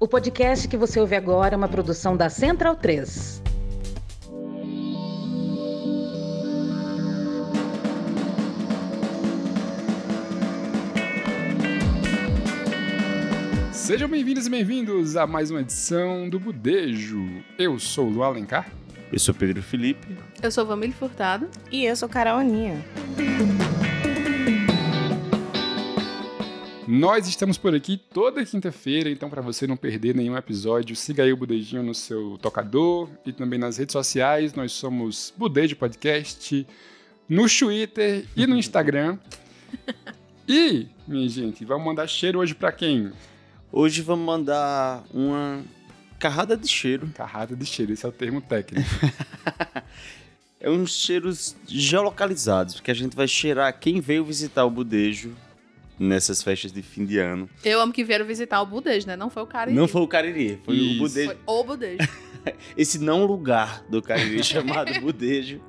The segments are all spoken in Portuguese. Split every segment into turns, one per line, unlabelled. O podcast que você ouve agora é uma produção da Central 3.
Sejam bem-vindos e bem-vindos a mais uma edição do Budejo. Eu sou o Lu Alencar.
Eu sou Pedro Felipe.
Eu sou Vamílio Furtado.
E eu sou Carol Aninha.
Nós estamos por aqui toda quinta-feira, então para você não perder nenhum episódio, siga aí o Budejinho no seu tocador e também nas redes sociais. Nós somos Budejo Podcast no Twitter e no Instagram. E, minha gente, vamos mandar cheiro hoje para quem?
Hoje vamos mandar uma carrada de cheiro.
Carrada de cheiro, esse é o termo técnico.
É uns cheiros geolocalizados, porque a gente vai cheirar quem veio visitar o Budejo nessas festas de fim de ano.
Eu amo que vieram visitar o Budejo, né? Não foi o Cariri.
Não foi o Cariri, foi
Isso.
o Budejo.
Foi o Budejo.
Esse não lugar do Cariri chamado Budejo.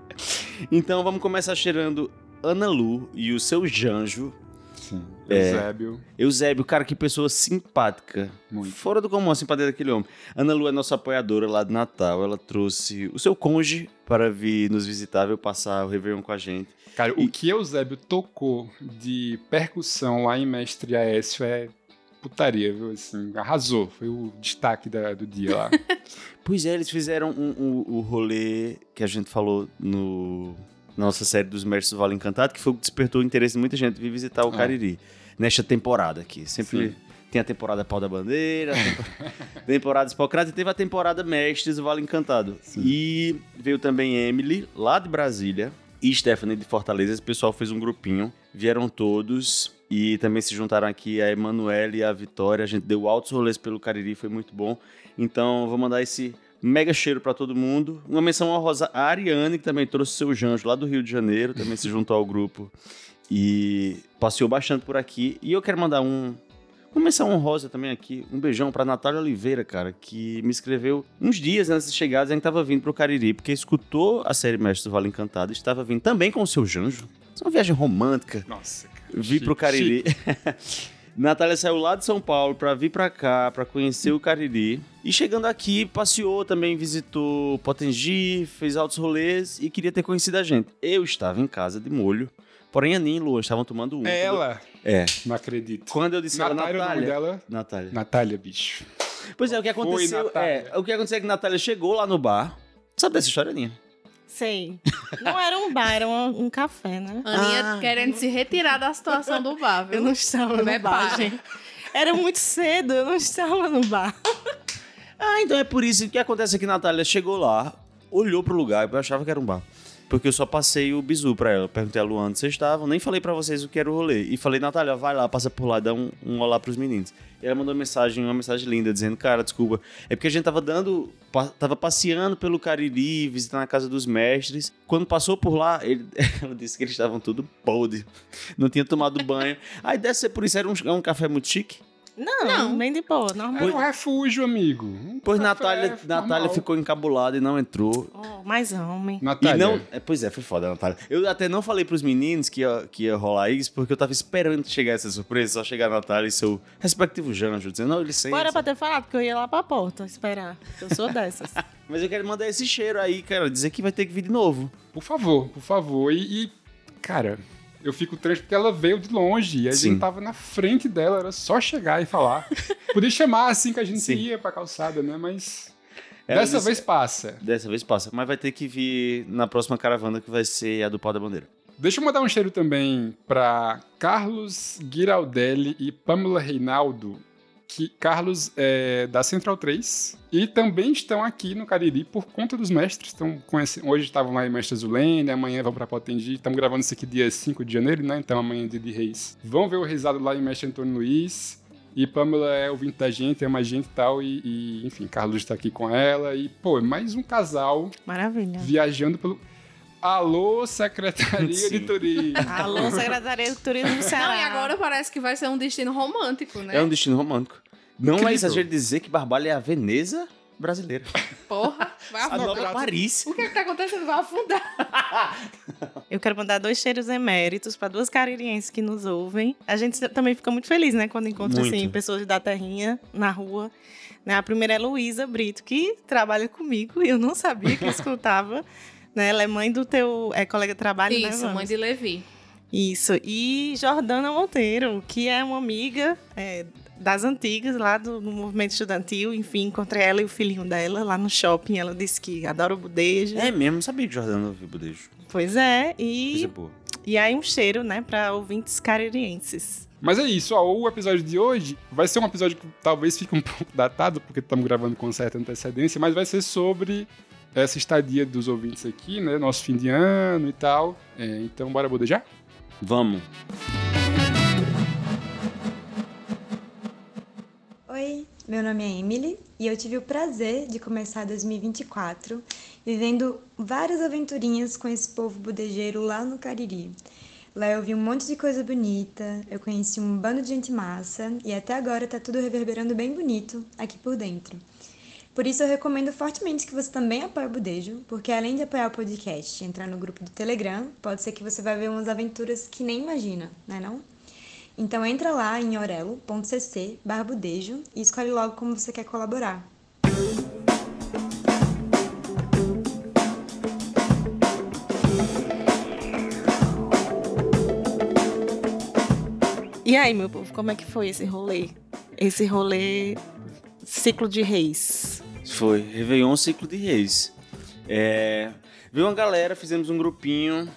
Então vamos começar cheirando Ana Lu e o seu Janjo.
Sim.
É.
Eusébio.
Eusébio, cara, que pessoa simpática.
Muito.
Fora do comum a simpatia daquele homem. Ana Lu é nossa apoiadora lá de Natal. Ela trouxe o seu conge para vir nos visitar, veio passar o Réveillon com a gente.
Cara,
E-
o que Eusébio tocou de percussão lá em Mestre Aécio é putaria, viu? Assim, arrasou. Foi o destaque da- do dia lá.
Pois é, eles fizeram um- um- o rolê que a gente falou no na nossa série dos Mestres do Vale Encantado, que foi o que despertou o interesse de muita gente vir visitar o
Ah.
Cariri nesta temporada aqui. Sempre
Sim.
tem a temporada Pau da Bandeira, a tempo- temporada Espocrata e teve a temporada Mestres do Vale Encantado.
Sim.
E veio também Emily, lá de Brasília, e Stephanie de Fortaleza. Esse pessoal fez um grupinho, vieram todos. E também se juntaram aqui a Emanuele e a Vitória. A gente deu altos rolês pelo Cariri, foi muito bom. Então, vou mandar esse mega cheiro pra todo mundo. Uma menção ao Rosa a Ariane, que também trouxe seu janjo lá do Rio de Janeiro, também se juntou ao grupo e passeou bastante por aqui. E eu quero mandar um uma menção honrosa também aqui, um beijão pra Natália Oliveira, cara, que me escreveu uns dias antes de chegar, dizendo que tava vindo pro Cariri, porque escutou a série Mestre do Vale Encantado, e estava vindo também com o seu janjo. Isso é uma viagem romântica.
Nossa, cara.
Vi
Chique,
pro Cariri. Natália saiu lá de São Paulo pra vir pra cá, pra conhecer o Cariri. E chegando aqui, passeou também, visitou Potengi, fez altos rolês e queria ter conhecido a gente. Eu estava em casa de molho, porém a Ninha e Lua estavam tomando um.
É ela?
É.
Não acredito.
Quando eu disse a ela, é
Natália, é o nome
Natália.
dela?
Natália.
Natália, bicho.
Pois é, o que
Foi,
aconteceu.
Natália.
é, o que aconteceu é que Natália chegou lá no bar. Sabe dessa história, Ninha?
Sei. Não era um bar, era um, um café, né?
Aninha
Ah.
querendo se retirar da situação do bar, viu?
Eu não estava
Não é
no bar,
bar.
gente. Era muito cedo, eu não estava no bar.
Ah, então é por isso O que acontece é que Natália chegou lá, olhou pro lugar, eu achava que era um bar. Porque eu só passei o bizu pra ela. Perguntei a Luana onde vocês estavam, nem falei pra vocês o que era o rolê. E falei, Natália, vai lá, passa por lá, dá um, um olá pros meninos. E ela mandou uma mensagem, uma mensagem linda, dizendo, cara, desculpa, é porque a gente tava dando. pa- tava passeando pelo Cariri, visitando a casa dos mestres. Quando passou por lá, ele- ela disse que eles estavam tudo podre. Não tinha tomado banho. Aí deve ser por isso, era um, é um café muito chique.
Não,
Não.
bem de boa,
Era
normal.
um refúgio, amigo. Um
Pois
café
Natália, Natália
normal.
ficou encabulada e não entrou.
Oh, mais homem.
E
Natália.
não, é, pois é, foi foda, Natália. Eu até não falei pros meninos que ia, que ia rolar isso, porque eu tava esperando chegar essa surpresa, só chegar a Natália e seu respectivo Janjo, dizendo, não, licença.
Bora pra ter falado, porque eu ia lá pra porta esperar. Eu sou dessas.
Mas eu quero mandar esse cheiro aí, cara, dizer que vai ter que vir de novo.
Por favor, por favor. E, e, cara, eu fico triste porque ela veio de longe e a
Sim.
gente tava na frente dela, era só chegar e falar. Podia chamar assim que a gente
Sim.
ia pra calçada, né? Mas
Ela
dessa
disse-
vez passa.
Dessa vez passa, mas vai ter que vir na próxima caravana, que vai ser a do Pau da Bandeira.
Deixa eu mandar um cheiro também pra Carlos Giraldelli e Pamela Reinaldo, que Carlos é da Central 3 e também estão aqui no Cariri por conta dos mestres. Estão conhece- Hoje estavam lá em Mestre Zulene, amanhã vão pra Potengi. Estamos gravando isso aqui dia 5 de janeiro, né? Então amanhã é dia de Reis. Vão ver o risado lá em Mestre Antônio Luiz. E Pamela é ouvinte da gente, ama a gente e tal. E, e, enfim, Carlos está aqui com ela. E, pô, é mais um casal
Maravilha.
viajando pelo. Alô, Secretaria de
Sim.
Turismo.
Alô, Secretaria do Turismo do Ceará.
Não, e agora parece que vai ser um destino romântico, né?
É um destino romântico. Não
Incrível.
é exagero dizer que Barbalha é a Veneza brasileira.
Porra, vai
A
Ah,
afundar.
nova Paris.
O que é que tá acontecendo? Vai afundar.
Eu quero mandar dois cheiros eméritos para duas caririenses que nos ouvem. A gente se- também fica muito feliz, né? Quando encontra
Muito.
assim, pessoas da terrinha na rua. né? A primeira é Luísa Brito, que trabalha comigo e eu não sabia que escutava. né? Ela é mãe do teu é colega de trabalho, né?
Isso, mãe
Vamos?
de Levi.
Isso. E Jordana Monteiro, que é uma amiga é, das antigas, lá do, do movimento estudantil. Enfim, encontrei ela e o filhinho dela lá no shopping. Ela disse que adora o budejo.
É mesmo, não sabia que Jordana ouviu budejo.
Pois é. E
Coisa boa.
e aí um cheiro, né, para ouvintes caririenses.
Mas é isso, ó, o episódio de hoje vai ser um episódio que talvez fique um pouco datado, porque estamos gravando com certa antecedência, mas vai ser sobre essa estadia dos ouvintes aqui, né? Nosso fim de ano e tal. É, então, bora bodejar?
Vamos.
Oi, meu nome é Emily e eu tive o prazer de começar 2024 vivendo várias aventurinhas com esse povo bodejeiro lá no Cariri. Lá eu vi um monte de coisa bonita, eu conheci um bando de gente massa e até agora tá tudo reverberando bem bonito aqui por dentro. Por isso eu recomendo fortemente que você também apoie o Budejo, porque além de apoiar o podcast e entrar no grupo do Telegram, pode ser que você vai ver umas aventuras que nem imagina, né não? Então entra lá em orelo.cc barbudejo e escolhe logo como você quer colaborar.
E aí, meu povo, como é que foi esse rolê? Esse rolê ciclo de reis.
Foi. Réveillon Ciclo de Reis. É, Veio uma galera, fizemos um grupinho.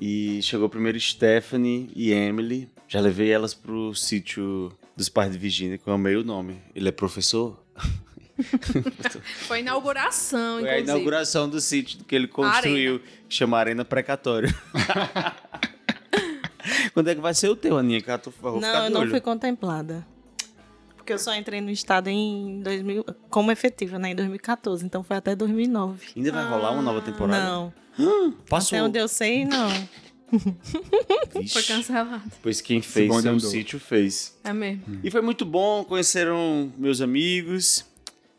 E chegou primeiro Stephanie e Emily. Já levei elas pro sítio dos pais de Virginia, que eu amei o nome. Ele é professor?
Foi a inauguração,
Foi a
inclusive.
inauguração do sítio que ele construiu, que chama Arena Precatório. Quando é que vai ser o teu, Aninha? Que eu tô- eu vou ficar
não, eu
de
não
olho.
fui contemplada. Porque eu só entrei no estado em 2000, como efetiva, né, em 2014, então foi até 2009.
Ainda vai rolar uma nova temporada?
Não,
Passou.
até onde eu sei, não.
Vixe.
Foi cancelado.
Pois quem fez
bonde
seu
andou.
sítio fez.
É mesmo.
E foi muito bom, conheceram meus amigos,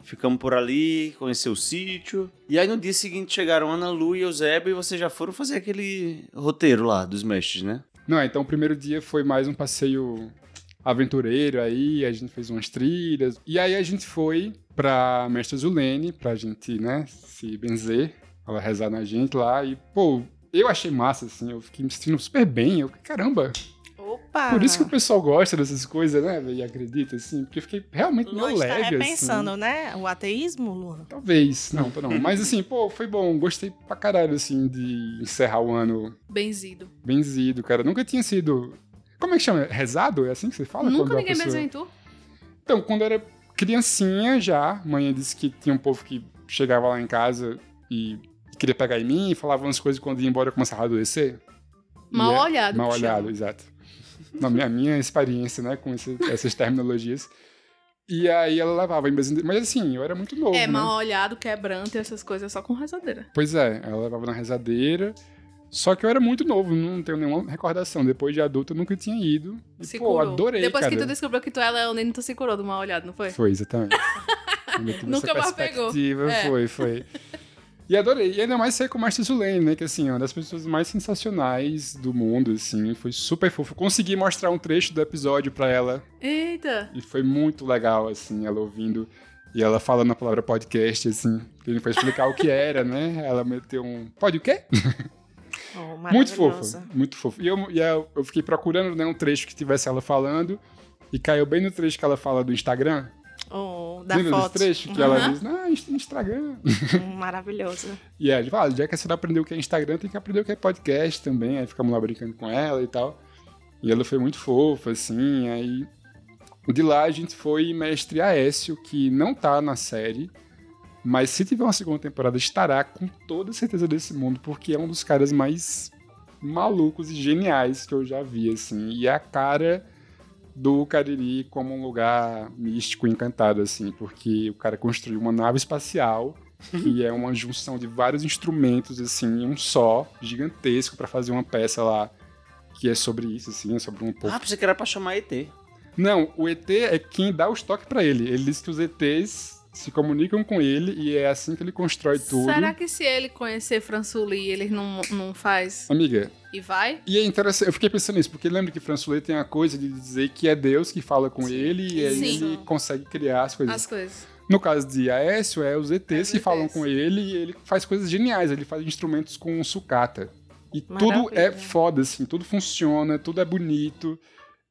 ficamos por ali, conheceu o sítio. E aí no dia seguinte chegaram Ana Lu e Eusébio e vocês já foram fazer aquele roteiro lá dos mestres, né?
Não, é, então o primeiro dia foi mais um passeio aventureiro aí, a gente fez umas trilhas. E aí a gente foi pra Mestre Zulene, pra gente, né, se benzer, ela rezar na gente lá. E, pô, eu achei massa, assim, eu fiquei me sentindo super bem. Eu, caramba,
Opa.
por isso que o pessoal gosta dessas coisas, né, velho, e acredita, assim, porque eu fiquei realmente
Luan
meio
está
leve,
repensando,
assim.
né? O ateísmo, Luan.
Talvez, não, tô não. Mas assim, pô, foi bom, gostei pra caralho, assim, de encerrar o ano
Benzido.
Benzido, cara. Nunca tinha sido. Como é que chama? Rezado? É assim que você fala?
Nunca
quando a
ninguém
pessoa-
pensou em tu?
Então, quando eu era criancinha já, mãe disse que tinha um povo que chegava lá em casa e queria pegar em mim e falava umas coisas e quando ia embora eu começava a adoecer.
Mal
E é-
olhado.
Mal
que chama.
olhado, exato. Na minha, minha experiência, né, com esse- essas terminologias. E aí ela levava em benzido. Mas assim, eu era muito novo. né?
É, mal olhado, quebrante, essas coisas só com rezadeira.
Pois é, ela levava na rezadeira. Só que eu era muito novo, não tenho nenhuma recordação. Depois de adulto, eu nunca tinha ido. E,
Se
pô,
curou.
adorei,
Depois
cara.
que tu descobriu que tu é leonino, tu se curou do mal olhado, não foi?
Foi, exatamente. Quando eu tive
Nunca
essa
mais pegou.
perspectiva,
É.
Foi, foi. E adorei. E ainda mais sair com o Márcio Zulene, né? Que, assim, é uma das pessoas mais sensacionais do mundo, assim. Foi super fofo. Consegui mostrar um trecho do episódio pra ela.
Eita!
E foi muito legal, assim, ela ouvindo. E ela falando a palavra podcast, assim. Que a gente foi explicar o que era, né? Ela meteu um... Pode o quê?
Oh,
Muito
maravilhosa.
fofa, muito fofa. E eu, e eu, eu fiquei procurando né, um trecho que tivesse ela falando, e caiu bem no trecho que ela fala do Instagram.
Oh, da
Lembra
foto. Uhum.
desse trecho que ela diz, ah, Inst- Instagram.
Hum, Maravilhosa.
E aí, ele fala, ah, já que você não aprendeu o que é Instagram, tem que aprender o que é podcast também. Aí ficamos lá brincando com ela e tal. E ela foi muito fofa, assim. Aí de lá a gente foi em mestre Aécio, que não tá na série, mas se tiver uma segunda temporada, estará com toda certeza desse mundo, porque é um dos caras mais malucos e geniais que eu já vi, assim. E é a cara do Cariri como um lugar místico, encantado, assim, porque o cara construiu uma nave espacial que é uma junção de vários instrumentos, assim, em um só, gigantesco, pra fazer uma peça lá que é sobre isso, assim, é sobre um povo.
Ah, pensei que era pra chamar ET.
Não, o ET é quem dá os toques pra ele. Ele disse que os ETs se comunicam com ele e é assim que ele constrói tudo.
Será que se ele conhecer Françouli, ele não, não faz
Amiga,
e vai?
e é interessante, eu fiquei pensando nisso, porque lembra que François tem a coisa de dizer que é Deus que fala com ele e aí
Sim.
ele consegue criar as coisas.
As coisas.
No caso de Aécio, é os ETs
os
que falam
ETs.
com ele e ele faz coisas geniais, ele faz instrumentos com sucata. E tudo é
Maravilha.
foda, assim, tudo funciona, tudo é bonito.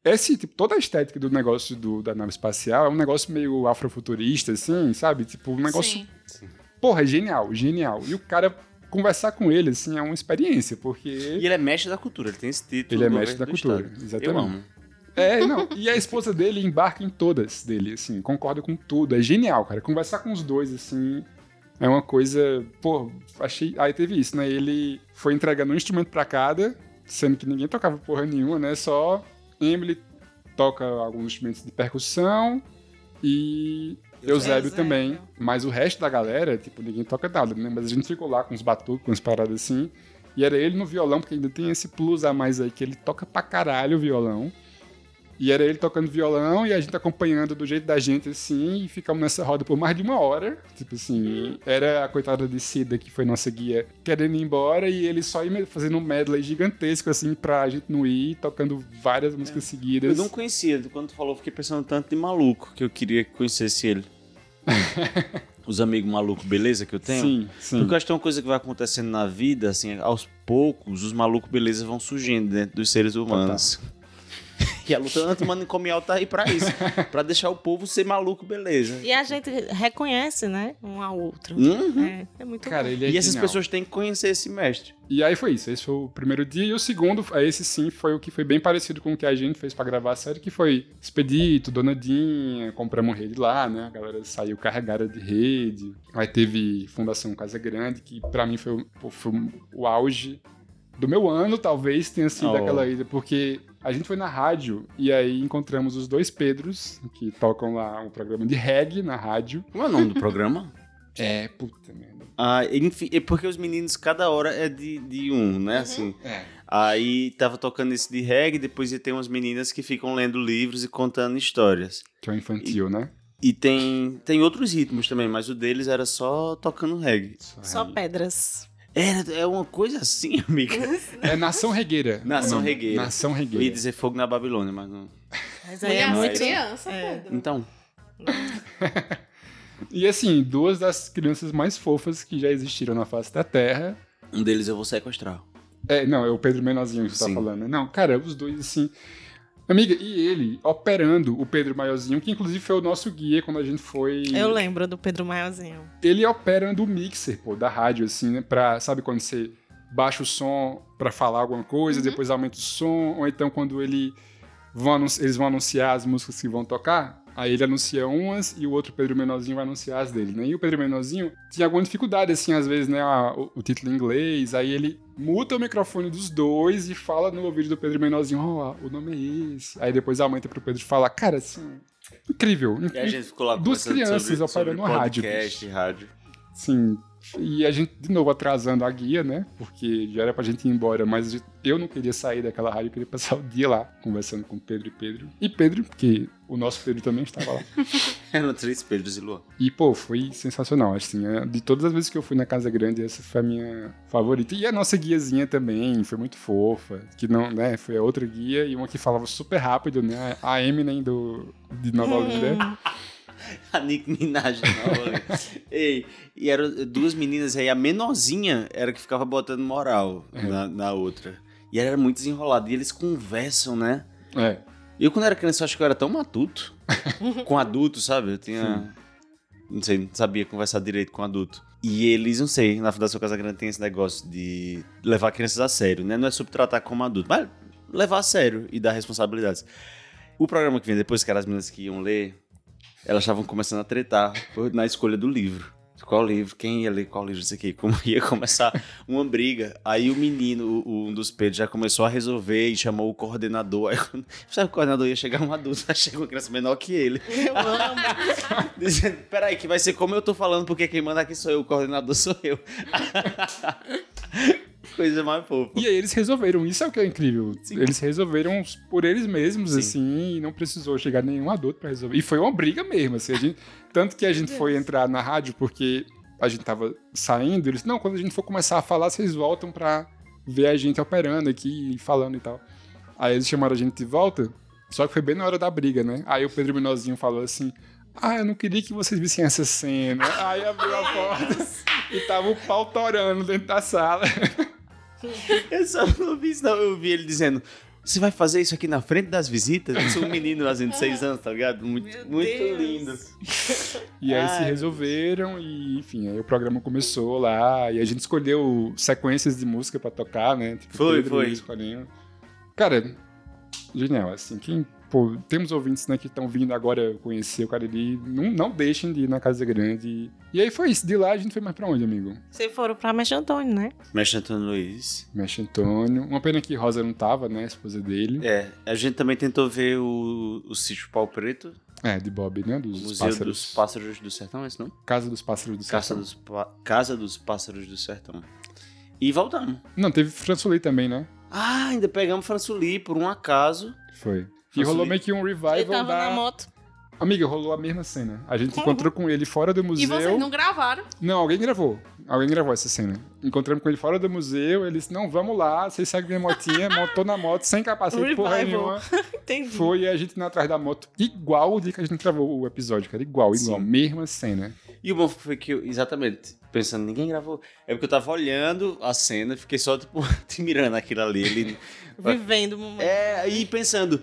Esse, tipo, toda a estética do negócio do- da nave espacial é um negócio meio afrofuturista, assim, sabe? Tipo, um negócio,
Sim.
porra, é genial, genial. E o cara conversar com ele, assim, é uma experiência,
E
porque
ele é mestre da cultura, ele tem esse título.
ele é
do
mestre da
governo do
cultura.
estado.
Exatamente.
Eu amo.
É, não. E a esposa dele embarca em todas dele, assim, concorda com tudo. É genial, cara. Conversar com os dois, assim, é uma coisa. Pô, achei. Aí teve isso, né? Ele foi entregando um instrumento pra cada, sendo que ninguém tocava porra nenhuma, né? Só Emily toca alguns instrumentos de percussão e. Eusébio
Eusébio.
também, mas o resto da galera, tipo, ninguém toca nada, né? Mas a gente ficou lá com uns batucos, com as paradas assim, e era ele no violão, porque ainda tem esse plus a mais aí, que ele toca pra caralho o violão. E era ele tocando violão e a gente acompanhando do jeito da gente, assim, e ficamos nessa roda por mais de uma hora. Tipo assim, era a coitada de Cida, que foi nossa guia, querendo ir embora, e ele só ia fazendo um medley gigantesco, assim, pra gente não ir, tocando várias músicas
É. Eu
seguidas.
não conhecia, quando tu falou, eu fiquei pensando tanto de maluco que eu queria que conhecesse ele. Os amigos malucos, beleza, que eu tenho?
Sim, sim.
Porque eu acho que tem uma coisa que vai acontecendo na vida, assim, aos poucos, os malucos beleza vão surgindo dentro dos seres humanos. E a luta antimanicomial tá aí pra isso. pra deixar o povo ser maluco, beleza.
E a gente reconhece, né? Um ao outro.
Uhum.
É, é muito
Cara,
bom.
ele é
E essas
genial.
pessoas têm que conhecer esse mestre.
E aí foi isso, esse foi o primeiro dia. E o segundo, aí esse sim, foi o que foi bem parecido com o que a gente fez pra gravar a série, que foi Expedito, Donadinha, compramos rede lá, né? A galera saiu carregada de rede. Aí teve Fundação Casa Grande, que pra mim foi, o- pô, foi o auge do meu ano, talvez tenha sido
Oh.
aquela ida, porque a gente foi na rádio e aí encontramos os dois Pedros, que tocam lá um programa de reggae na rádio.
Como é o nome do programa?
É, puta merda.
Ah, enfim, é porque os meninos, cada hora é de, de um, né? Assim.
É.
Aí tava tocando esse de reggae, depois ia ter umas meninas que ficam lendo livros e contando histórias.
Que é o infantil, né?
E tem, tem outros ritmos também, mas o deles era só tocando reggae.
Só pedras.
É, é uma coisa assim, amiga.
É Nação Regueira.
Nação
Não,
Regueira.
Nação
Eu ia
Regueira.
dizer fogo na Babilônia, mas não.
Mas aí
Mulher
é
Mas-
muito.
criança,
é.
Pedro.
Então,
E assim, duas das crianças mais fofas que já existiram na face da Terra.
um deles eu vou sequestrar.
É, não, é o Pedro Menorzinho que você tá
Sim.
falando. né? Não, cara, os dois assim. Amiga, e ele operando o Pedro Maiorzinho, que inclusive foi o nosso guia quando a gente foi.
Eu lembro do Pedro Maiorzinho.
Ele operando o mixer, pô, da rádio, assim, né? Pra, sabe quando você baixa o som pra falar alguma coisa,
Uhum.
depois aumenta o som, ou então quando ele vão anun- eles vão anunciar as músicas que vão tocar, aí ele anuncia umas e o outro Pedro Menorzinho vai anunciar as dele, né? E o Pedro Menorzinho tinha alguma dificuldade, assim, às vezes, né? a- o, o título em inglês, aí ele muta o microfone dos dois e fala no ouvido do Pedro Menorzinho, ó, o nome é esse. Aí depois aumenta pro Pedro falar, cara, assim, incrível.
E a gente ficou lá
Duas
conversando
crianças
sobre, sobre
operando uma rádio,
podcast, rádio.
Sim. E a gente, de novo, atrasando a guia, né? Porque já era pra gente ir embora, mas a gente- eu não queria sair daquela rádio, eu queria passar o dia lá, conversando com Pedro e Pedro. E Pedro, porque o nosso Pedro também estava lá.
Eram três Pedros e Luan.
E, pô, foi sensacional, assim. é, De todas as vezes que eu fui na Casa Grande, essa foi a minha favorita. E a nossa guiazinha também, foi muito fofa. Que não, né? Foi a outra guia e uma que falava super rápido, né? A Eminem do, de Nova né? Olinda.
A Nick Minaj não, olha. Ei, e eram duas meninas aí, a menorzinha era que ficava botando moral
É.
na, na outra. E ela era muito desenrolada. E eles conversam, né?
É.
Eu, quando era criança, eu acho que eu era tão matuto. com adulto, sabe? Eu tinha. Não sei, não sabia conversar direito com adulto. E eles, não sei, na Fundação Casa Grande tem esse negócio de levar crianças a sério, né? Não é subtratar como adulto, mas levar a sério e dar responsabilidades. O programa que vinha depois, que eram as meninas que iam ler, elas estavam começando a tretar por- na escolha do livro. Qual livro? Quem ia ler qual livro? Isso aqui. Como ia começar uma briga. Aí o menino, o- o- um dos Pedros, já começou a resolver e chamou o coordenador. Aí, quando- sabe, o coordenador ia chegar um adulto, aí chega uma criança menor que ele.
Eu amo.
Dizendo, peraí, que vai ser como eu tô falando, porque quem manda aqui sou eu, o coordenador sou eu. Coisa mais fofa.
E aí eles resolveram, isso é o que é incrível.
Sim.
Eles resolveram por eles mesmos,
Sim.
assim, e não precisou chegar nenhum adulto pra resolver. E foi uma briga mesmo, assim. a gente- tanto que a gente foi entrar na rádio porque a gente tava saindo, eles, não, quando a gente for começar a falar, vocês voltam pra ver a gente operando aqui e falando e tal. Aí eles chamaram a gente de volta, só que foi bem na hora da briga, né? Aí o Pedro Minozinho falou assim. Ah, eu não queria que vocês vissem essa cena. Aí abriu a porta e tava o pau torando dentro da sala.
Eu só não vi isso, não. Eu vi ele dizendo. Você vai fazer isso aqui na frente das visitas? Eu sou um menino, assim, de seis anos, tá ligado? Muito,
Meu
muito
Deus.
lindo.
E aí se
Ai,
resolveram e, enfim, aí o programa começou lá e a gente escolheu sequências de música pra tocar, né? Tipo,
Foi,
Pedro,
foi.
Luiz, Paulinho. Cara, genial, assim, quem... Pô, temos ouvintes, né, que estão vindo agora conhecer o Cariri, não, não deixem de ir na Casa Grande. E aí foi isso, de lá a gente foi mais pra onde, amigo?
Vocês foram pra Mestre Antônio, né?
Mestre Antônio Luiz.
Mexe Antônio. Uma pena que Rosa não tava, né, a esposa dele.
É, a gente também tentou ver o, o Sítio Pau Preto,
É, de Bob, né,
o
dos
Museu
pássaros.
dos Pássaros do Sertão, é esse não?
Casa dos Pássaros do
Casa
Sertão.
dos, Pa- Casa dos Pássaros do Sertão. E voltamos.
Não, teve François também, né?
Ah, ainda pegamos Françuli por um acaso.
Foi. E
François
rolou
Lee.
meio que um
Ele
revival
tava
da...
na moto.
Amiga, rolou a mesma cena. A gente encontrou com ele fora do
E
museu.
vocês não gravaram?
Não, alguém gravou. Alguém gravou essa cena. Encontramos com ele fora do museu. Ele disse: Não, vamos lá, vocês seguem minha motinha. Montou na moto, sem capacete, porra
Revival.
nenhuma.
Entendi.
Foi e a gente indo atrás da moto. Igual o dia que a gente gravou o episódio, cara. Igual, igual.
Sim.
Mesma cena.
E o bom foi que eu, exatamente, pensando, ninguém gravou. É porque eu tava olhando a cena, fiquei só, tipo, te mirando aquilo ali. ele-
Vivendo o momento.
É, e pensando.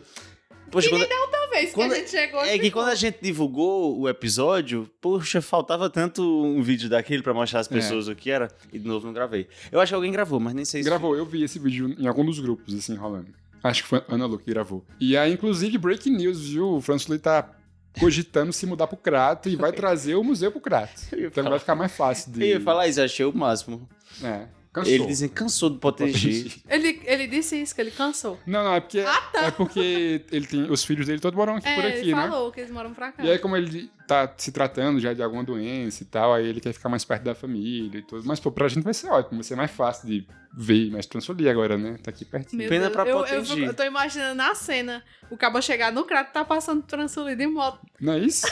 Poxa, quando,
Talvez que
Quando-
a gente chegou
é que quando a gente divulgou o episódio, poxa, faltava tanto um vídeo daquele pra mostrar às pessoas o que era. E de novo não gravei. Eu acho que alguém gravou, mas nem sei se.
Gravou, eu vi esse vídeo em algum dos grupos, assim, rolando. Acho que foi a Ana Lu que gravou. E aí, inclusive, breaking news, viu? O François Lee tá cogitando se mudar pro Crato e vai trazer o museu pro Crato.
Eu ia
Então
falar-
vai ficar mais fácil de.
Eu ia falar isso, achei o máximo.
É. Cansou.
Ele dizem, cansou de proteger.
Ele, ele disse isso, que ele cansou.
Não, não, é porque. É porque ele tem. Os filhos dele todos moram aqui,
Ah, tá. É,
por aqui,
ele
né?
falou é. que eles moram pra cá.
E aí, como ele tá se tratando já de alguma doença e tal, aí ele quer ficar mais perto da família e tudo. Mas, pô, pra gente vai ser ótimo, vai ser mais fácil de ver, mas transfolia agora, né? Tá aqui pertinho.
Meu
Pena pra
eu, eu,
proteger.
eu tô imaginando a cena. O cabo chegar no crato tá passando transulido em moto.
Não é isso?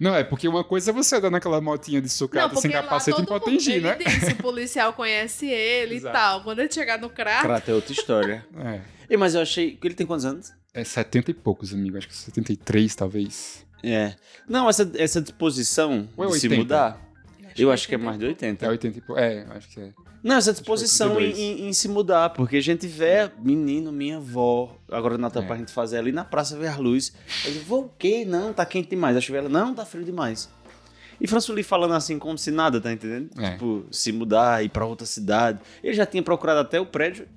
não, é porque uma coisa é você andar naquela motinha de
Não,
sucata
porque
sem
lá
assim, capacete
todo
e
mundo,
proteger,
ele
né?
disse, o policial conhece ele e
Exato.
tal. Quando ele chegar no crato,
Crato é outra história.
né?
É.
Ei, mas eu achei. que Ele tem quantos anos?
É 70 e poucos, amigo. Acho que 73, talvez.
É. Não, essa, essa disposição
Ou é
de se
80?
mudar, eu acho que é mais de
É
80.
80 e poucos. É, acho que é.
Não, essa disposição em,
82.
em- em se mudar, porque a gente vê, menino, minha avó, agora na Natal
É.
pra gente fazer ali na Praça Ver a Luz. Eu digo, vou o quê? Não, tá quente demais. A chuva, ela, não, tá frio demais. E François falando assim como se nada, tá entendendo?
É.
Tipo, se mudar, ir pra outra cidade. Ele já tinha procurado até o prédio,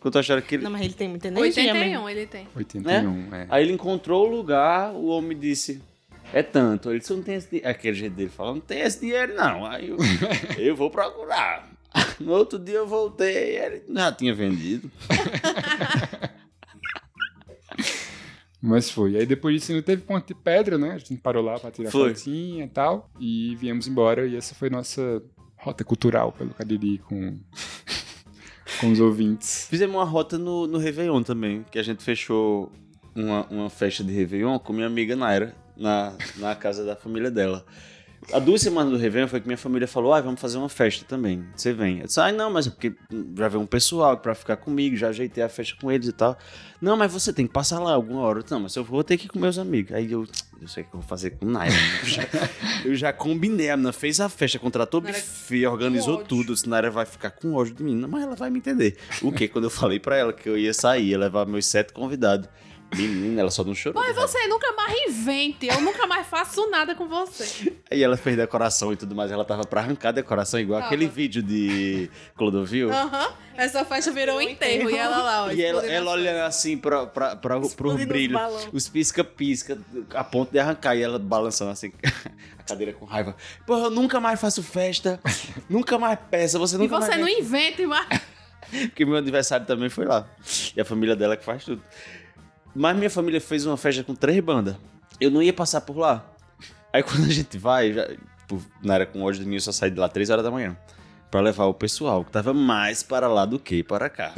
quando acharam que ele...
Não, mas ele tem muita energia né?
81
mesmo.
ele tem.
81, é.
Aí ele encontrou o lugar, o homem disse: É tanto. Ele disse: Não tem esse dinheiro. Aquele jeito dele falou: Não tem esse dinheiro, não. Aí eu, eu vou procurar. No outro dia eu voltei, ele já tinha vendido.
Mas foi. Aí depois disso ainda teve Ponte de Pedra, né? A gente parou lá pra tirar
Foi.
fotinha e tal. E viemos embora. E essa foi nossa rota cultural pelo Cariri com, com os ouvintes.
Fizemos uma rota no, no Réveillon também, que a gente fechou uma, uma festa de Réveillon com minha amiga Naira, na, na casa da família dela. Há duas semanas do Réveillon foi que minha família falou: ah, vamos fazer uma festa também. Você vem. Eu disse: ah, não, mas é porque já veio um pessoal pra ficar comigo, já ajeitei a festa com eles e tal. Não, mas você tem que passar lá alguma hora. Eu disse, Não, mas eu vou ter que ir com meus amigos. Aí eu, eu sei o que eu vou fazer com Naira. Eu já, eu já combinei. A menina fez a festa, contratou o
Naira,
buffet, organizou
ódio.
tudo. Eu disse, Naira vai ficar com ódio de mim. Não, mas ela vai me entender. O que? Quando eu falei pra ela que eu ia sair, ia levar meus sete convidados. Menina, ela só não chorou.
Mas você nunca mais invente, eu nunca mais faço nada com você.
Aí ela fez decoração e tudo mais, ela tava pra arrancar a decoração, igual
Tava.
aquele vídeo de Clodovil.
Aham, essa festa virou um enterro e ela lá, ó.
E ela,
explodindo
ela
as
olhando assim pra, pra, pra, pro
Explodindo os
brilho,
balão.
os pisca-pisca, a ponto de arrancar, e ela balançando assim, a cadeira com raiva. Pô, eu nunca mais faço festa, nunca mais peça, você
E
nunca mais
você
vem
não
aqui."
inventa, mas
Porque meu aniversário também foi lá. E a família dela que faz tudo. Mas minha família fez uma festa com três bandas. Eu não ia passar por lá. Aí quando a gente vai, já, tipo, na área com ódio de mim, eu só saí de lá três horas da manhã. Pra levar o pessoal, que tava mais para lá do que para cá.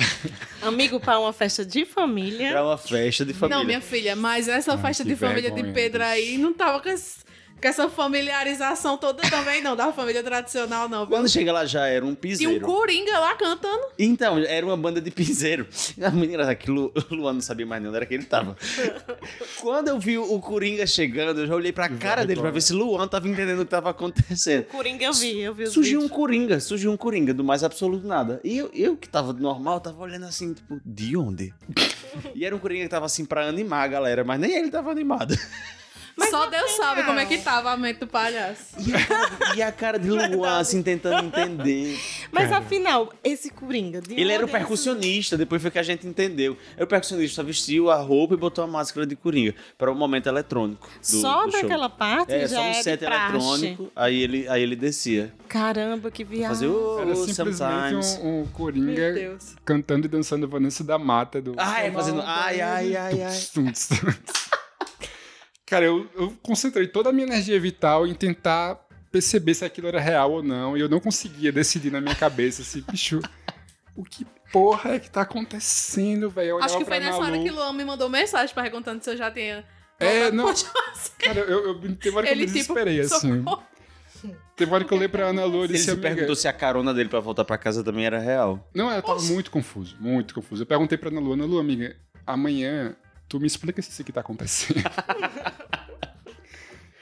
Amigo para uma festa de família.
Era uma festa de família.
Não, minha filha, mas essa
Ah,
festa
que
de família de
vergonha.
Pedro aí não tava com, esse- com essa familiarização toda também, não, da família tradicional, não. viu?
Quando chega lá já era um
Tinha um
piseiro.
coringa lá cantando.
Então, era uma banda de piseiro. A menina, aquilo, o Luan não sabia mais nem onde era que ele tava. Quando eu vi o Coringa chegando, eu já olhei pra cara dele pra ver se Luan tava entendendo o que tava acontecendo.
Coringa eu vi, eu vi os
um Surgiu um
vídeos.
Coringa, surgiu um Coringa, do mais absoluto nada. E eu, eu que tava normal, tava olhando assim, tipo, de onde? e era um Coringa que tava assim pra animar a galera, mas nem ele tava animado.
Só Deus sabe
não.
como é que tava a mente do palhaço.
E a cara, e a cara de Luan, assim, tentando entender.
Mas
Cara.
afinal, esse Coringa. de
Ele era o
onde
percussionista, depois foi que a gente entendeu. Era o percussionista, vestiu a roupa e botou a máscara de Coringa para o momento eletrônico. Do,
surgiu? Só
do show.
daquela parte
É,
já
só
é
um
de
set
praxe.
eletrônico, aí ele, aí ele descia.
Caramba, que viagem.
Fazer o
Era
sometimes.
simplesmente um, um
Meu
coringa
Deus.
cantando e dançando Vanessa da Mata. um Do...
Ah, é, fazendo ai, ai, ai, ai.
Tuts, tuts, tuts. Cara, eu, eu concentrei toda a minha energia vital em tentar perceber se aquilo era real ou não. E eu não conseguia decidir na minha cabeça se, bicho, o que porra é que tá acontecendo, velho? Eu
Acho
olhava
que foi
pra
nessa
Malu.
hora que Luan me mandou mensagem perguntando se eu já tinha.
É,
voltado
não.
pra José.
Cara, eu, eu, eu- teve uma hora que eu
Ele
me
tipo.
desesperei, assim.
socorro.
Teve uma hora que eu olhei pra Ana Lu e
Ele
disse,
se
amiga...
perguntou se a carona dele para voltar para casa também era real.
Não, eu tava muito confuso, muito confuso. Eu perguntei pra Ana Lu, Ana Lu, amiga, amanhã tu me explica se isso aqui tá acontecendo.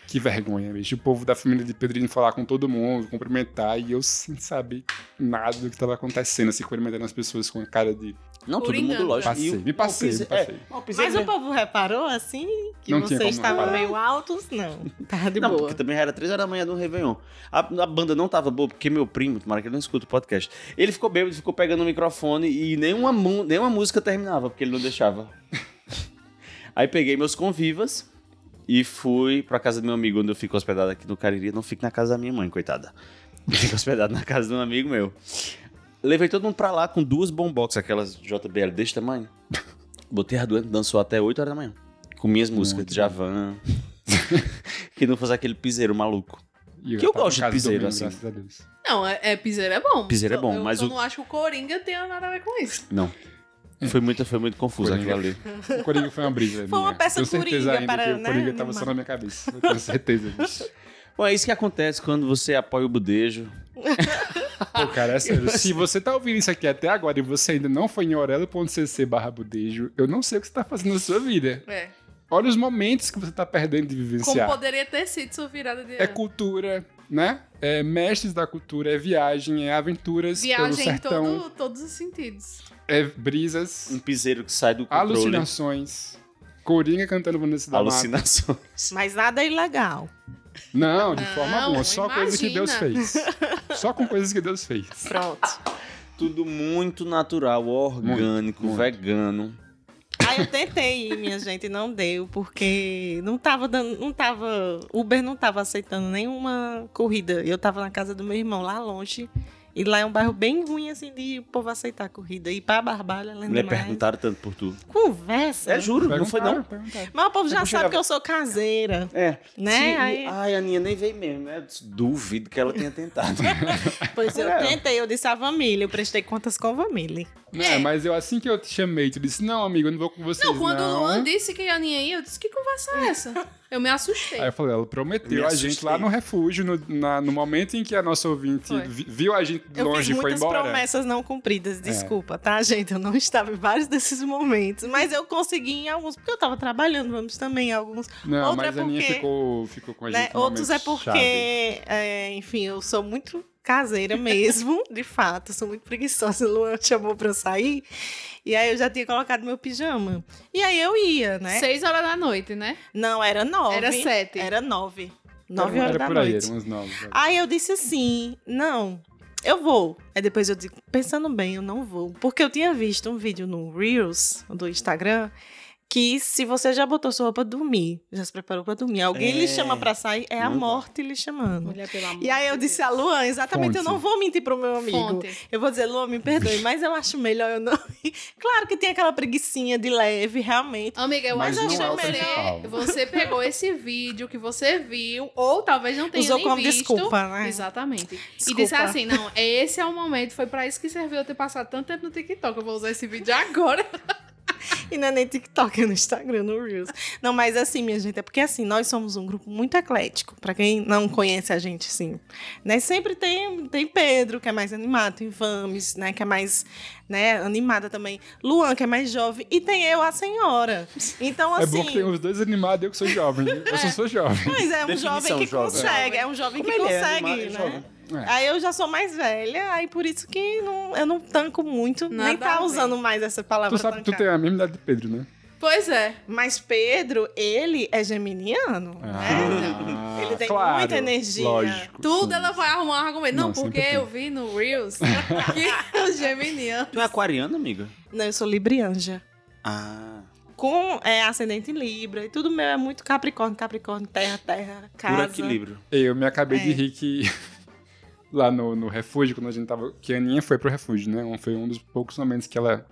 que vergonha, bicho. O povo da família de Pedrinho falar com todo mundo, cumprimentar, e eu sem saber nada do que tava acontecendo, assim, cumprimentando as pessoas com a cara de.
Não,
Coringa.
todo mundo, lógico.
Passei,
E o-
me passei,
o
me
piseiro-
passei.
é, o piseiro
Mas o
mesmo.
povo reparou assim? Que
Não tinha
vocês
como
estavam
reparar.
meio altos? Não. Tá de
não,
boa.
porque também já era três horas da manhã no Réveillon. A, a banda não tava boa, porque meu primo, tomara que ele não escuta o podcast, ele ficou bêbado, ficou pegando o microfone e nenhuma, mu- nenhuma música terminava, porque ele não deixava. Aí peguei meus convivas e fui pra casa do meu amigo, onde eu fico hospedado aqui no Cariri. Não fico na casa da minha mãe, coitada. Fico hospedado na casa de um amigo meu. Levei todo mundo pra lá com duas bombox, aquelas JBL desse tamanho. Botei a doente, dançou até 8 horas da manhã. Com minhas músicas,
Muito
de Javan. que não fosse aquele piseiro maluco.
E
Que eu
tava em
gosto de
casa
piseiro,
dormindo,
assim.
Graças a Deus.
Não, é, é piseiro é bom.
Piseiro é bom,
eu,
mas
eu
o-
não acho que o Coringa tenha nada a ver com isso.
Não. Foi muito, foi muito confuso
Coringa.
aquilo ali.
O Coringa foi uma brisa.
Foi uma
minha.
peça
Tenho certeza
Coringa
ainda
para,
que o
né,
Coringa tava
numa-
só na minha cabeça. Eu tenho certeza disso.
Bom, é isso que acontece quando você apoia o budejo.
Pô, cara, é sério. Se você tá ouvindo isso aqui até agora e você ainda não foi em orelo.cc barra budejo, eu não sei o que você tá fazendo na sua vida.
É.
Olha os momentos que você tá perdendo de
Como
vivenciar.
poderia ter sido sua virada de
É
ano.
cultura, né? É mestres da cultura, é viagem, é aventuras pelo
Viagem em
sertão,
todo, todos os sentidos.
é
Um
brisas,
piseiro que sai do controle.
alucinações. Coringa cantando Vanessa da Mata.
Alucinação.
Mas nada é ilegal.
Não, de forma
Não,
alguma. Só coisas que Deus
imagina.
fez. Só com coisas que Deus fez.
Pronto.
Tudo muito natural, orgânico,
muito.
vegano.
Aí eu tentei ir, minha gente, e não deu, porque não tava dando, não tava, Uber não tava aceitando nenhuma corrida. Eu tava na casa do meu irmão, lá longe, e lá é um bairro bem ruim, assim, de o povo aceitar a corrida. E pra Barbalha, além
Me
do mais,
perguntaram tanto por tu.
conversa.
É, juro, não foi não.
Perguntaram.
Mas o povo já
Eu
sabe
chegava-
que eu sou caseira,
É.
né?
Sim,
Aí,
Ai, a Aninha nem veio mesmo, né? Duvido que ela tenha tentado.
pois eu
é.
tentei, eu disse a Vamília, eu prestei contas com a Vamília.
É, mas eu assim que eu te chamei, tu disse, não, amigo, eu não vou com vocês,
Não,
não.
quando o Luan disse que a Aninha ia, eu disse, que conversa é essa? Eu me assustei.
Aí eu falei, ela
Me
prometeu a gente
assustei.
lá no refúgio, no, na- no momento em que a nossa ouvinte
Foi.
vi- viu a gente de
Eu
longe
fiz
e foi
muitas
embora. É.
promessas não cumpridas, desculpa, tá, gente? Eu não estava em vários desses momentos, mas eu consegui em alguns, porque eu tava trabalhando, vamos também em alguns.
Não,
Outra
mas
é
a Aninha
porque-
ficou, ficou com a gente.
Né?
no
Outros é
um momento chave.
porque, é, enfim, eu sou muito caseira mesmo, de fato, sou muito preguiçosa. O Luan chamou pra eu sair, e aí eu já tinha colocado meu pijama. E aí eu ia, né?
Seis horas da noite, né?
Não, era nove.
Era sete.
Era nove. Nove
Era-
horas
era
da
por
noite. Ah,
Aí, eram umas nove. horas.
Aí eu disse assim, não, eu vou. Aí depois eu digo, pensando bem, eu não vou. Porque eu tinha visto um vídeo no Reels do Instagram que se você já botou sua roupa dormir, já se preparou pra dormir, alguém
É.
lhe chama pra sair, é a
Não dá.
morte lhe chamando.
Mulher, pelo amor
E aí eu
de
disse a
Deus.
Luan, exatamente, eu
Fonte.
não vou mentir pro meu amigo.
Fonte.
Eu vou dizer, Luan, me perdoe, mas eu acho melhor eu não ir. Claro que tem aquela preguiçinha de leve, realmente.
Amiga, eu
Mas
acho que
não é o
você,
principal.
você pegou esse vídeo que você viu, ou talvez não tenha
Usou
nem
como
visto.
desculpa, né?
Exatamente.
Desculpa.
E disse assim, não, esse é o momento, foi pra isso que serviu eu ter passado tanto tempo no TikTok, eu vou usar esse vídeo agora.
E não é nem TikTok, é no Instagram, no Reels. Não, mas assim, minha gente, é porque assim, nós somos um grupo muito eclético. Pra quem não conhece a gente, assim. Né? Sempre tem, tem Pedro, que é mais animado, tem Vames, né? Que é mais né, animada também. Luan, que é mais jovem. E tem eu, a senhora. Então,
É
assim...
bom que tem os dois animados e eu que sou jovem. né? Eu só sou jovem.
Mas é um
Definição,
jovem que
jovem.
consegue. É um jovem
Como
que
ele é
consegue,
animado, ele é
né?
jovem.
É.
Aí eu já sou mais velha, aí por isso que não- eu não tanco muito, nem
Nada a
tá
ver.
usando mais essa palavra
Tu sabe que tu
tancar.
tem a mesma idade de Pedro, né?
Pois é.
Mas Pedro, ele é geminiano, né?
Ah,
Ele tem
claro,
muita energia.
Lógico.
Tudo
sim.
ela vai arrumar um argumento. Não,
Não, sempre
porque
tem.
eu vi no Reels que o Geminiano.
Tu é aquariana, amiga?
Não, eu sou librianja.
Ah.
Com é, ascendente em Libra e tudo meu é muito Capricórnio, Capricórnio, terra, terra,
Por
casa.
equilíbrio.
Eu me acabei de
É.
rir que lá no, no refúgio, quando a gente tava. Que a Aninha foi pro refúgio, né? Um- Foi um dos poucos momentos que ela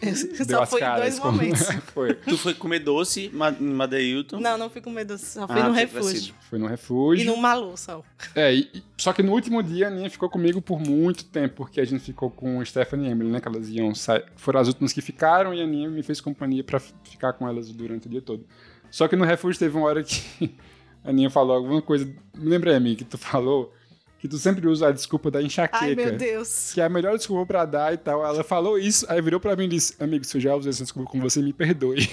Eu
deu
só
as
fui em
caras.
dois
com-
momentos.
foi.
Tu foi comer doce ma- em Madeilton?
Não, não fui com medo, só fui
Ah,
no
achei que tivesse
refúgio.
sido.
Foi no
E
refúgio.
no Malu, só.
É, e- e- só que no último dia a Aninha ficou comigo por muito tempo, porque a gente ficou com o Stephanie e Emily, né? Que elas iam sair. Foram as últimas que ficaram e a Aninha me fez companhia pra f- ficar com elas durante o dia todo. Só que no refúgio teve uma hora que a Aninha falou alguma coisa. Me lembrei, amiga, que tu falou que tu sempre usa a desculpa da enxaqueca.
Ai, meu Deus.
que é a melhor desculpa pra dar e tal. Ela falou isso, aí virou pra mim e disse: Amigo, se eu já usei essa desculpa com você, me perdoe.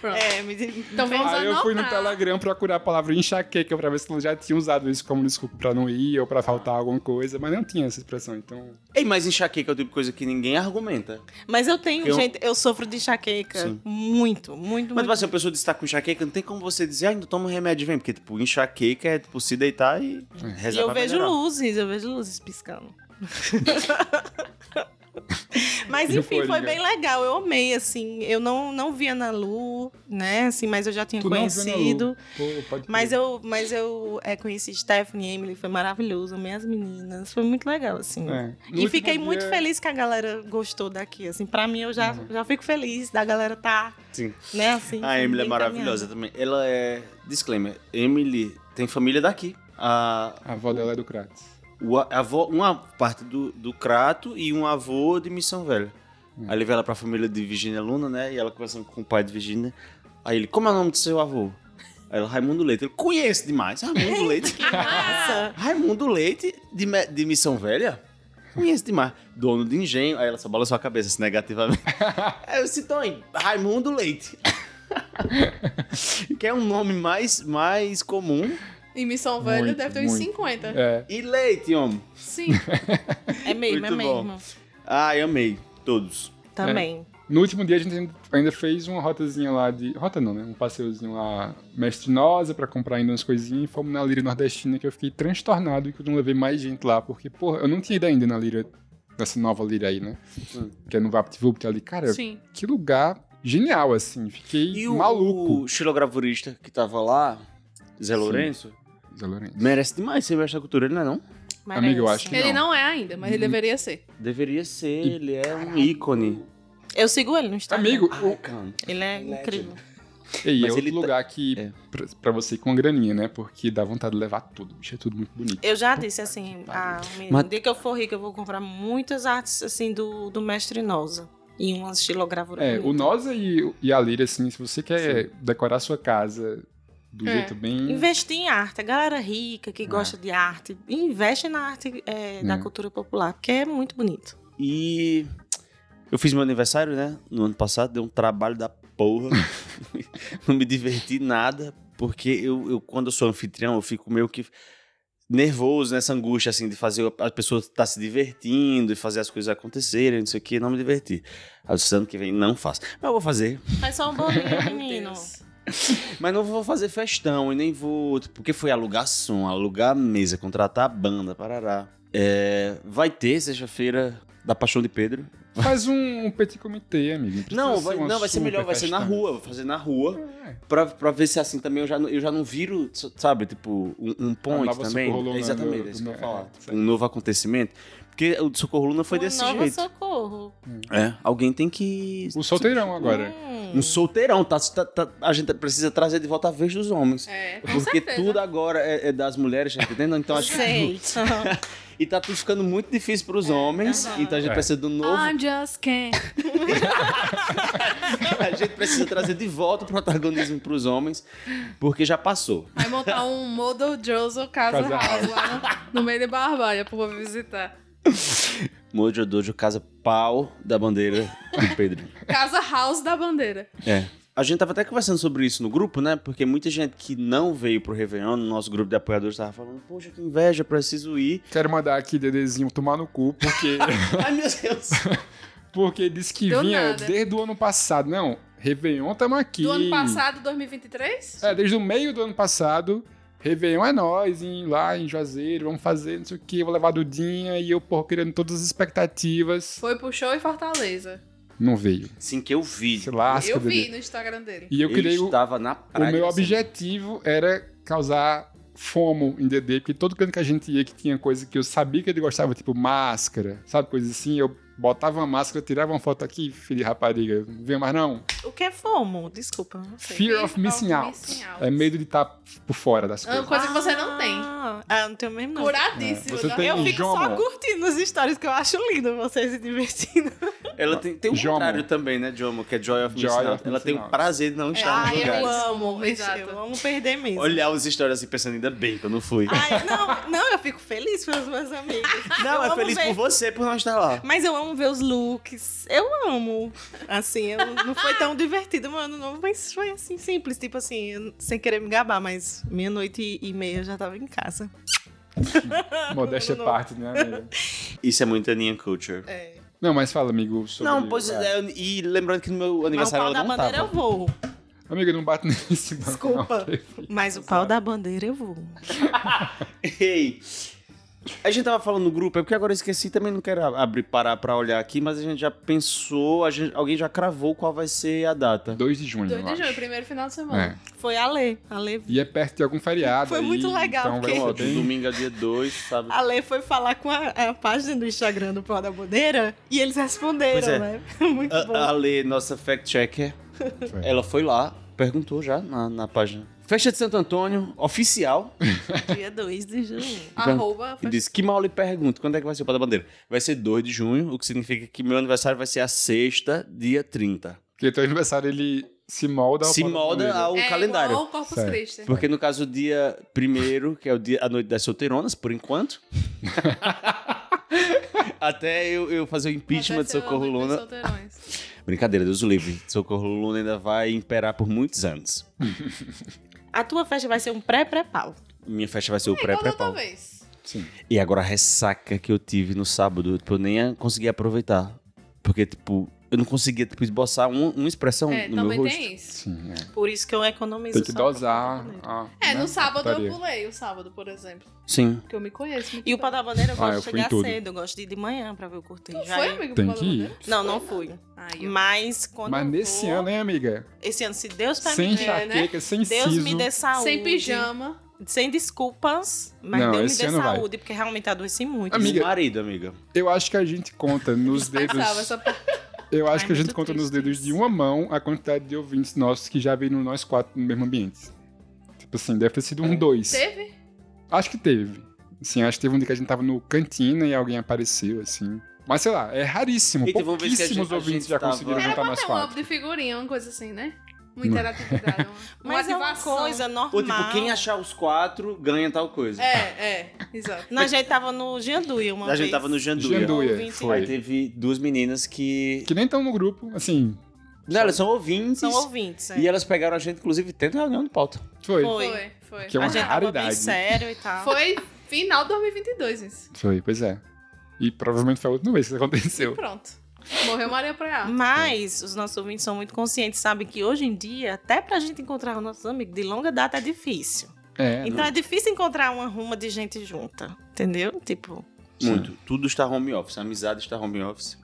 Pronto.
É, me,
Então vamos
aí eu
anotar.
fui no Telegram procurar a palavra enxaqueca pra ver se ela já tinha usado isso como desculpa pra não ir ou pra faltar alguma coisa, mas não tinha essa expressão, então.
Ei, mas enxaqueca é o tipo de coisa que ninguém argumenta.
Mas eu tenho,
Eu-
gente, eu sofro de enxaqueca.
Sim.
Muito, muito,
Mas,
muito.
tipo assim, a pessoa diz que tá com enxaqueca, não tem como você dizer, ah, ainda toma um remédio e vem. Porque, tipo, enxaqueca é, tipo, se deitar e
E
rezar
eu
pra
vejo
melhorar.
luzes, eu vejo luzes piscando. mas
E
enfim, foi
euforia.
bem legal. Eu amei, assim. Eu não, não via na Lu, né? Assim, mas eu já tinha
Tu não viu na Lu.
conhecido.
Pô, pode
Mas
crer.
eu, mas eu é, conheci Stephanie e Emily, foi maravilhoso. Amei as meninas. Foi muito legal, assim.
É. No
E
último
fiquei
dia-
muito feliz que a galera gostou daqui, assim. Pra mim, eu já,
Uhum.
já fico feliz da galera tá,
Sim.
né, assim.
A Emily é
bem
maravilhosa também. Ela é. Disclaimer: Emily tem família daqui. A,
A avó dela é do Kratos.
o a- avó, uma parte do, do Crato e um avô de Missão Velha. Aí levei ela pra família de Virginia Luna, né? E ela conversando com o pai de Virginia. Aí ele: Como é o nome do seu avô? Aí ela: Raimundo Leite. Ele: Conheço demais. Raimundo Leite.
caminhada.
Raimundo Leite de, Me- de Missão Velha? Conheço demais. Dono de engenho. Aí ela só balançou a cabeça assim, negativamente. Aí eu cito aí, Raimundo Leite. que é um nome mais, mais comum.
Em Missão Velha
Muito,
deve ter uns
muito.
50.
É.
E Leite, homem.
Sim.
É mesmo, é
Muito bom.
mesmo.
Ai, amei. Todos.
Também.
No último dia a gente ainda fez uma rotazinha lá de. Rota não, né? Um passeiozinho lá mestrinosa pra comprar ainda umas coisinhas e fomos na Lira Nordestina que eu fiquei transtornado que eu não levei mais gente lá, porque, porra, eu não tinha ido ainda na Lira, nessa nova Lira aí, né?
Hum.
Que é no VaptVupt ali. Cara,
Sim.
que lugar genial, assim. Fiquei
E
maluco.
o xilogravurista que tava lá, Zé
Sim.
Lourenço,
Zé Lourenço.
merece demais ser mestre da cultura, ele não é não?
Merece.
Amigo, eu acho que-
Ele
Não. Uhum.
não é ainda, mas ele deveria ser.
Deveria ser, ele é um ícone.
Eu sigo ele no
Ah,
Instagram.
Amigo, o,
Cara,
Ele é
Legend.
incrível.
Ei,
Mas
é outro
ele tá-
lugar que.
é.
Pra, pra você ir com a graninha, né? Porque dá vontade de levar tudo. Bicho, é tudo muito bonito.
Eu já disse assim, ah, menino,
Mas-
no dia que eu for rica, eu vou comprar muitas artes assim do, do mestre Nosa. E uma estilogravura.
É, o
bonita.
Noza e, e a Lira, assim, se você quer decorar sua casa do
É.
jeito bem.
Investir em arte. A galera rica que gosta de arte, investe na arte é, da
É.
cultura popular, porque é muito bonito.
E eu fiz meu aniversário, né? No ano passado, deu um trabalho da porra. não me diverti nada, porque eu, eu, quando eu sou anfitrião, eu fico meio que nervoso nessa angústia, assim, de fazer as pessoas estar se divertindo e fazer as coisas acontecerem, não sei o que, não me diverti. Aí, o ano que vem, não faço. Mas eu vou fazer.
Faz só um bolinho,
Meu
menino.
Deus.
Mas não vou fazer festão e nem vou. tipo, Porque foi alugar som, alugar mesa, contratar banda, parará. É, vai ter sexta-feira da Paixão de Pedro.
Faz um, um petit comitê, amigo. precisa
Não, vai,
uma
não, vai ser
super
melhor, vai ser na
festão.
rua. Vou fazer na rua.
É.
Pra, pra ver se assim também eu já, não- eu já não viro, sabe, tipo, um, um
Ah, lá
ponte
você
também.
corrolou, né,
Exatamente,
do-
é isso que eu ia
do-
falar.
é,
Tipo, um novo acontecimento. Porque o do Socorro Luna foi
Um
desse
novo
jeito.
socorro.
É, alguém tem que.
O Um solteirão agora.
Hum.
Um solteirão, tá, tá- tá- a gente precisa trazer de volta a vez dos homens.
É, com
Porque
certeza.
tudo agora é, é das mulheres, tá entendendo? Então acho que.
Sei.
E tá tudo ficando muito difícil pros homens.
tá bom.
então a gente
É.
precisa do novo.
I'm just can't.
A gente precisa trazer de volta o protagonismo pros homens. Porque já passou.
Vai montar um Model Jones ou Casa
Casa
House lá no, no meio de Barbalha pro povo visitar.
Mojo Dojo casa pau da bandeira do Pedro.
Casa House da Bandeira.
É. A gente tava até conversando sobre isso no grupo, né? Porque muita gente que não veio pro Réveillon, no nosso grupo de apoiadores, tava falando, poxa, que inveja, preciso ir.
Quero mandar aqui Dedezinho tomar no cu, porque,
Ai, meu Deus.
porque disse que
Do
vinha
nada.
desde o ano passado. Não, Réveillon tamo aqui.
Do ano passado, 2023?
É, desde o meio do ano passado. Réveillon é nós, em, lá em Juazeiro, vamos fazer, não sei o que, vou levar a Dudinha e eu, porra, criando todas as expectativas.
Foi pro show em Fortaleza.
Não veio.
Sim, que eu vi.
Se lasca,
Eu
Dedê.
vi no Instagram dele.
E eu criei o,
estava na praia.
O meu
assim.
objetivo era causar fomo em DD, porque todo canto que a gente ia que tinha coisa que eu sabia que ele gostava, tipo máscara, sabe, coisa assim, eu botava uma máscara, tirava uma foto aqui, filho de rapariga, não vem mais não.
o que é fomo? Desculpa, não sei.
Fear of missing out. É medo de estar por fora das
É uma
coisas.
coisa que você não tem.
Ah, ah, não tenho mesmo não.
Curadíssimo.
É. Você
né?
tem um
Eu fico só
Joma.
curtindo as histórias que eu acho lindo vocês se divertindo.
Ela tem, tem o
Jomo.
contrário também, né, Jomo? Que é Joy of
Joy
Missing
of
Out. Ela
Missing
tem o
Out.
prazer de não estar
Ah,
no
eu
lugar.
amo,
isso,
exato.
Eu amo perder mesmo.
Olhar os stories assim, pensando, ainda bem que eu não fui.
Ai, não, não, eu fico feliz pelos meus amigos. eu
não, é
amo
feliz
ver-
por você por não estar lá.
Mas eu amo ver os looks. Eu amo. Assim, eu- não foi tão divertido meu ano novo, mas foi assim, simples. Tipo assim, eu- sem querer me gabar, mas meia-noite e meia eu já tava em casa.
Modéstia
Não.
é parte, né? amiga?
Isso é muito Aninha Culture.
É.
Não, mas fala, amigo, sobre...
Não, pois
vai.
é, e lembrando que no meu
Mas o
aniversário
pau da
ela não
bandeira eu
tava.
vou.
Amiga, não bate nesse não.
Desculpa. Mas o pau da bandeira eu vou.
Ei! A gente tava falando no grupo, é porque agora eu esqueci, também não quero abrir, parar pra olhar aqui, mas a gente já pensou, a gente- alguém já cravou qual vai ser a data.
2 é de junho,
2
eu
de junho,
acho.
primeiro final de semana.
É.
Foi a Lê. A Lê,
E é perto de algum feriado
Foi
aí,
muito legal,
então vai
porque-
ser
Ó,
bem-
domingo é dia 2, sabe?
Ah,
a Lê foi falar com a, a página do Instagram do pau da bandeira e eles responderam,
Pois é.
né? Muito bom.
A, a Lê, nossa fact-checker,
Foi.
ela foi lá, perguntou já na, na página. Festa de Santo Antônio, oficial,
Dia 2 de junho.
Então,
Arroba.
e disse que mal lhe pergunto, quando é que vai ser o Pau da Bandeira? Vai ser 2 de junho, o que significa que meu aniversário vai ser a sexta, dia 30.
Porque teu aniversário ele se molda ao
Se
pau da
molda
bandeira.
ao
é
calendário.
Igual o Corpus
Certo.
Christi.
Porque no caso, o dia primeiro, que é o dia, a noite das solteironas, por enquanto. Até eu, eu fazer o impeachment de
Aconteceu
Socorro
a noite dos
Luna.
solteirões.
Brincadeira, Deus o livre. Socorro Luna ainda vai imperar por muitos anos.
A tua festa vai ser um pré-pré-pau.
Minha festa vai ser o
É igual da outra
pré-pré-pau.
vez.
Sim.
E agora a ressaca que eu tive no sábado, tipo, eu nem consegui aproveitar. Porque, tipo, eu não conseguia tipo, esboçar um- uma expressão
É,
no meu
também
rosto.
tem isso.
Sim, é.
Por isso que eu economizo.
Tem que
só pra Pau da
dosar.
Bandeira.
a-
É,
né,
no sábado
putaria.
eu pulei o sábado, por exemplo.
Sim.
Porque eu me conheço. muito
E o
bem.
pau da bandeira eu
Ah,
gosto
eu
de
fui em
chegar
tudo.
cedo. Eu gosto de ir de manhã pra ver o cortejo.
Tu
Aí-
foi, amigo?
Tem
pro
que
Paulo
ir.
Bandeira?
Não, não fui.
Ai, eu-
Mas quando.
Mas
eu
nesse
vou-
ano, hein, amiga?
Esse ano, se Deus
Sem
permitir.
né?
enxaqueca, sem
Deus me
siso.
dê saúde.
Sem pijama.
Sem desculpas. Mas
Não,
Deus
esse
me dê
ano vai.
saúde, porque realmente adoeci muito.
Amiga,
Meu marido, amiga.
Eu acho que a gente conta nos dedos.
Passava essa parte.
Eu acho
Ai,
que a gente
muito
conta nos
triste
dedos
isso.
de uma mão a quantidade de ouvintes nossos que já viram nós quatro no mesmo ambiente. Tipo assim, deve ter sido
Uhum.
um dois.
Teve?
Acho que teve. Assim, acho que teve um dia que a gente tava no cantina e alguém apareceu, assim. Mas sei lá, é raríssimo.
E teve uma vez que a
Pouquíssimos
gente- a
ouvintes
gente
já
tava-
conseguiram
Era
Era
juntar
pra
nós
ter um álbum
quatro.
de figurinha, uma coisa assim, né?
Não.
Uma interatividade. Uma, uma
Mas é uma
ativação.
coisa normal.
Ou, tipo, quem achar os quatro ganha tal coisa.
É, é, exato.
Nós já tava no Janduia uma
A gente
vez.
tava no
é
Janduia.
Janduia,
Ouvinte.
Aí
né?
foi.
teve duas meninas que.
Que nem estão no grupo, assim,
Não, elas são ouvintes.
São ouvintes. é.
E elas pegaram a gente, inclusive, tendo reunião de pauta.
foi.
Foi.
Foi, foi.
Que é
a
uma
gente tava bem
raridade.
sério e tal.
Foi final de 2022 isso.
Foi, pois é. E provavelmente foi a última vez que isso
E
aconteceu.
pronto. Morreu Maria Preá.
Mas os nossos ouvintes são muito conscientes, sabem que hoje em dia, até pra gente encontrar os nossos amigos de longa data é difícil.
É,
então é difícil encontrar uma ruma de gente junta, entendeu? Tipo,
Muito. Tudo está home office. A amizade está home office.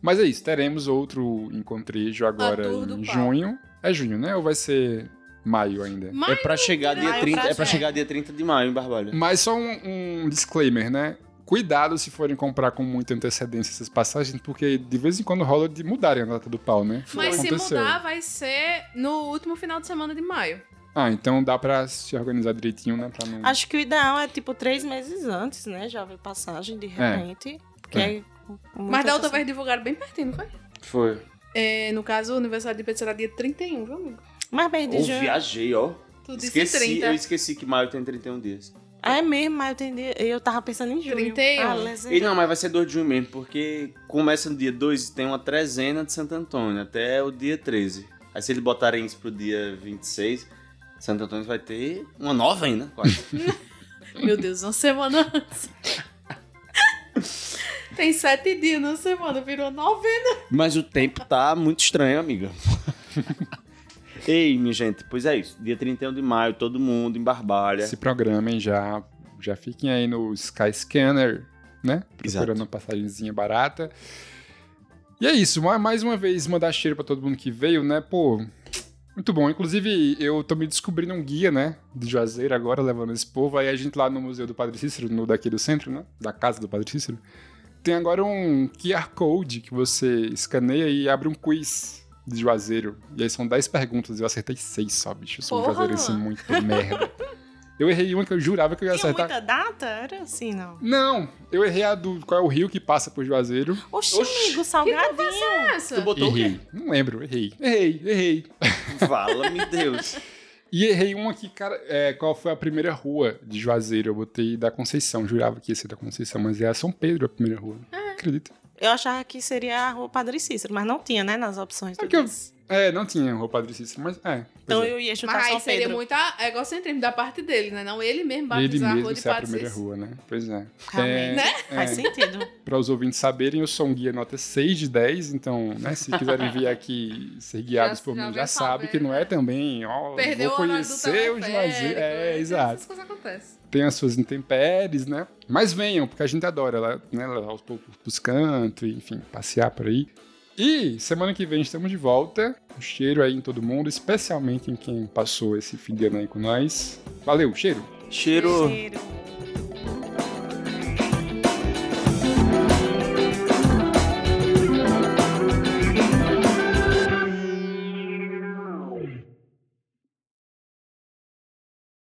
Mas é isso, teremos outro encontrejo agora
tour do
em
pau.
junho. É junho, né? Ou vai ser maio ainda?
Mas
é pra chegar
não,
dia
é
30,
pra
é pra
já.
chegar dia 30 de maio, hein, Barbalho?
Mas só um, um disclaimer, né? Cuidado se forem comprar com muita antecedência essas passagens, porque de vez em quando rola de mudarem a data do pau, né?
Mas se
Aconteceu.
mudar, vai ser no último final de semana de maio.
Ah, então dá pra se organizar direitinho, né? Pra não...
acho que o ideal é tipo três meses antes, né? Já ver passagem de repente. Porque
É.
aí,
Mas da outra vez divulgaram bem pertinho, não foi?
Foi.
É, no caso, o aniversário de Pedro será dia 31, viu, amigo?
Mas bem de
Ou
junho.
viajei, ó.
Tu disse
Esqueci,
30.
eu esqueci que maio tem 31 dias.
Ah, é mesmo, mas eu entendi. Eu tava pensando em junho.
31.
Ah, lesão.
E não, mas vai ser 2 de junho mesmo, porque começa no dia 2 e tem uma trezena de Santo Antônio, até o dia 13. Aí se eles botarem isso pro dia 26, Santo Antônio vai ter uma novena, quase.
Meu Deus, uma semana antes. Tem sete dias na semana, virou novena.
mas o tempo tá muito estranho, amiga. Ei, minha gente, pois é isso. Dia 31 de maio, todo mundo em Barbalha.
Se programem já, já fiquem aí no Sky Scanner, né? Procurando
Exato.
uma passagenzinha barata. E é isso, ma- mais uma vez mandar cheiro pra todo mundo que veio, né? Pô, muito bom. Inclusive, eu tô me descobrindo um guia, né? De Juazeiro agora, levando esse povo. Aí a gente lá no Museu do Padre Cícero, no daqui do centro, né? Da casa do Padre Cícero. Tem agora um QR Code que você escaneia e abre um quiz de Juazeiro. E aí são 10 perguntas, eu acertei 6 só, bicho. Eu sou um
Porra,
juazeirense
Luan.
muito merda. Eu errei uma que eu jurava que eu ia
Tinha
acertar.
muita data? Era assim, não.
Não, eu errei a do qual é o rio que passa por Juazeiro.
Oxi,
Oxi.
amigo, salgadinho.
Essa.
Tu botou o
Errei. Não lembro, errei. Errei, errei.
quê? Fala-me Deus.
E errei uma que, cara, é, qual foi a primeira rua de Juazeiro? Eu botei da Conceição, jurava que ia ser da Conceição, mas é a São Pedro a primeira rua.
Ah.
Acredita?
Eu achava que seria a Rua Padre Cícero, mas não tinha, né, nas opções. do
É que eu-
quiz.
É, não tinha rua Padre Cícero, mas é. pois
Então
é.
eu ia chutar
Mas aí
São
seria
Pedro.
muito a- egocentrismo da parte dele, né? Não ele mesmo
Ele
batizar a rua
mesmo
de
ser a primeira
Patrícia.
rua, né? Pois é.
Realmente.
É,
Né?
Faz
é.
sentido.
Para os ouvintes saberem, eu sou um guia nota 6 de 10, então, né, se quiserem vir aqui ser guiados
Já-
por
já
mim,
vem
já sabe
sabendo,
que não é
né?
também, ó,
Perdeu
vou
o horário do
conhecer o Juazeiro.
teleférico,
É,
né?
exato.
Essas coisas acontecem.
Tem as suas intempéries, né? Mas venham, porque a gente adora lá, né, lá os poucos pros cantos, enfim, passear por aí. E semana que vem estamos de volta. Um cheiro aí em todo mundo, especialmente em quem passou esse fim de ano aí com nós. Valeu, cheiro!
Cheiro.
Cheiro.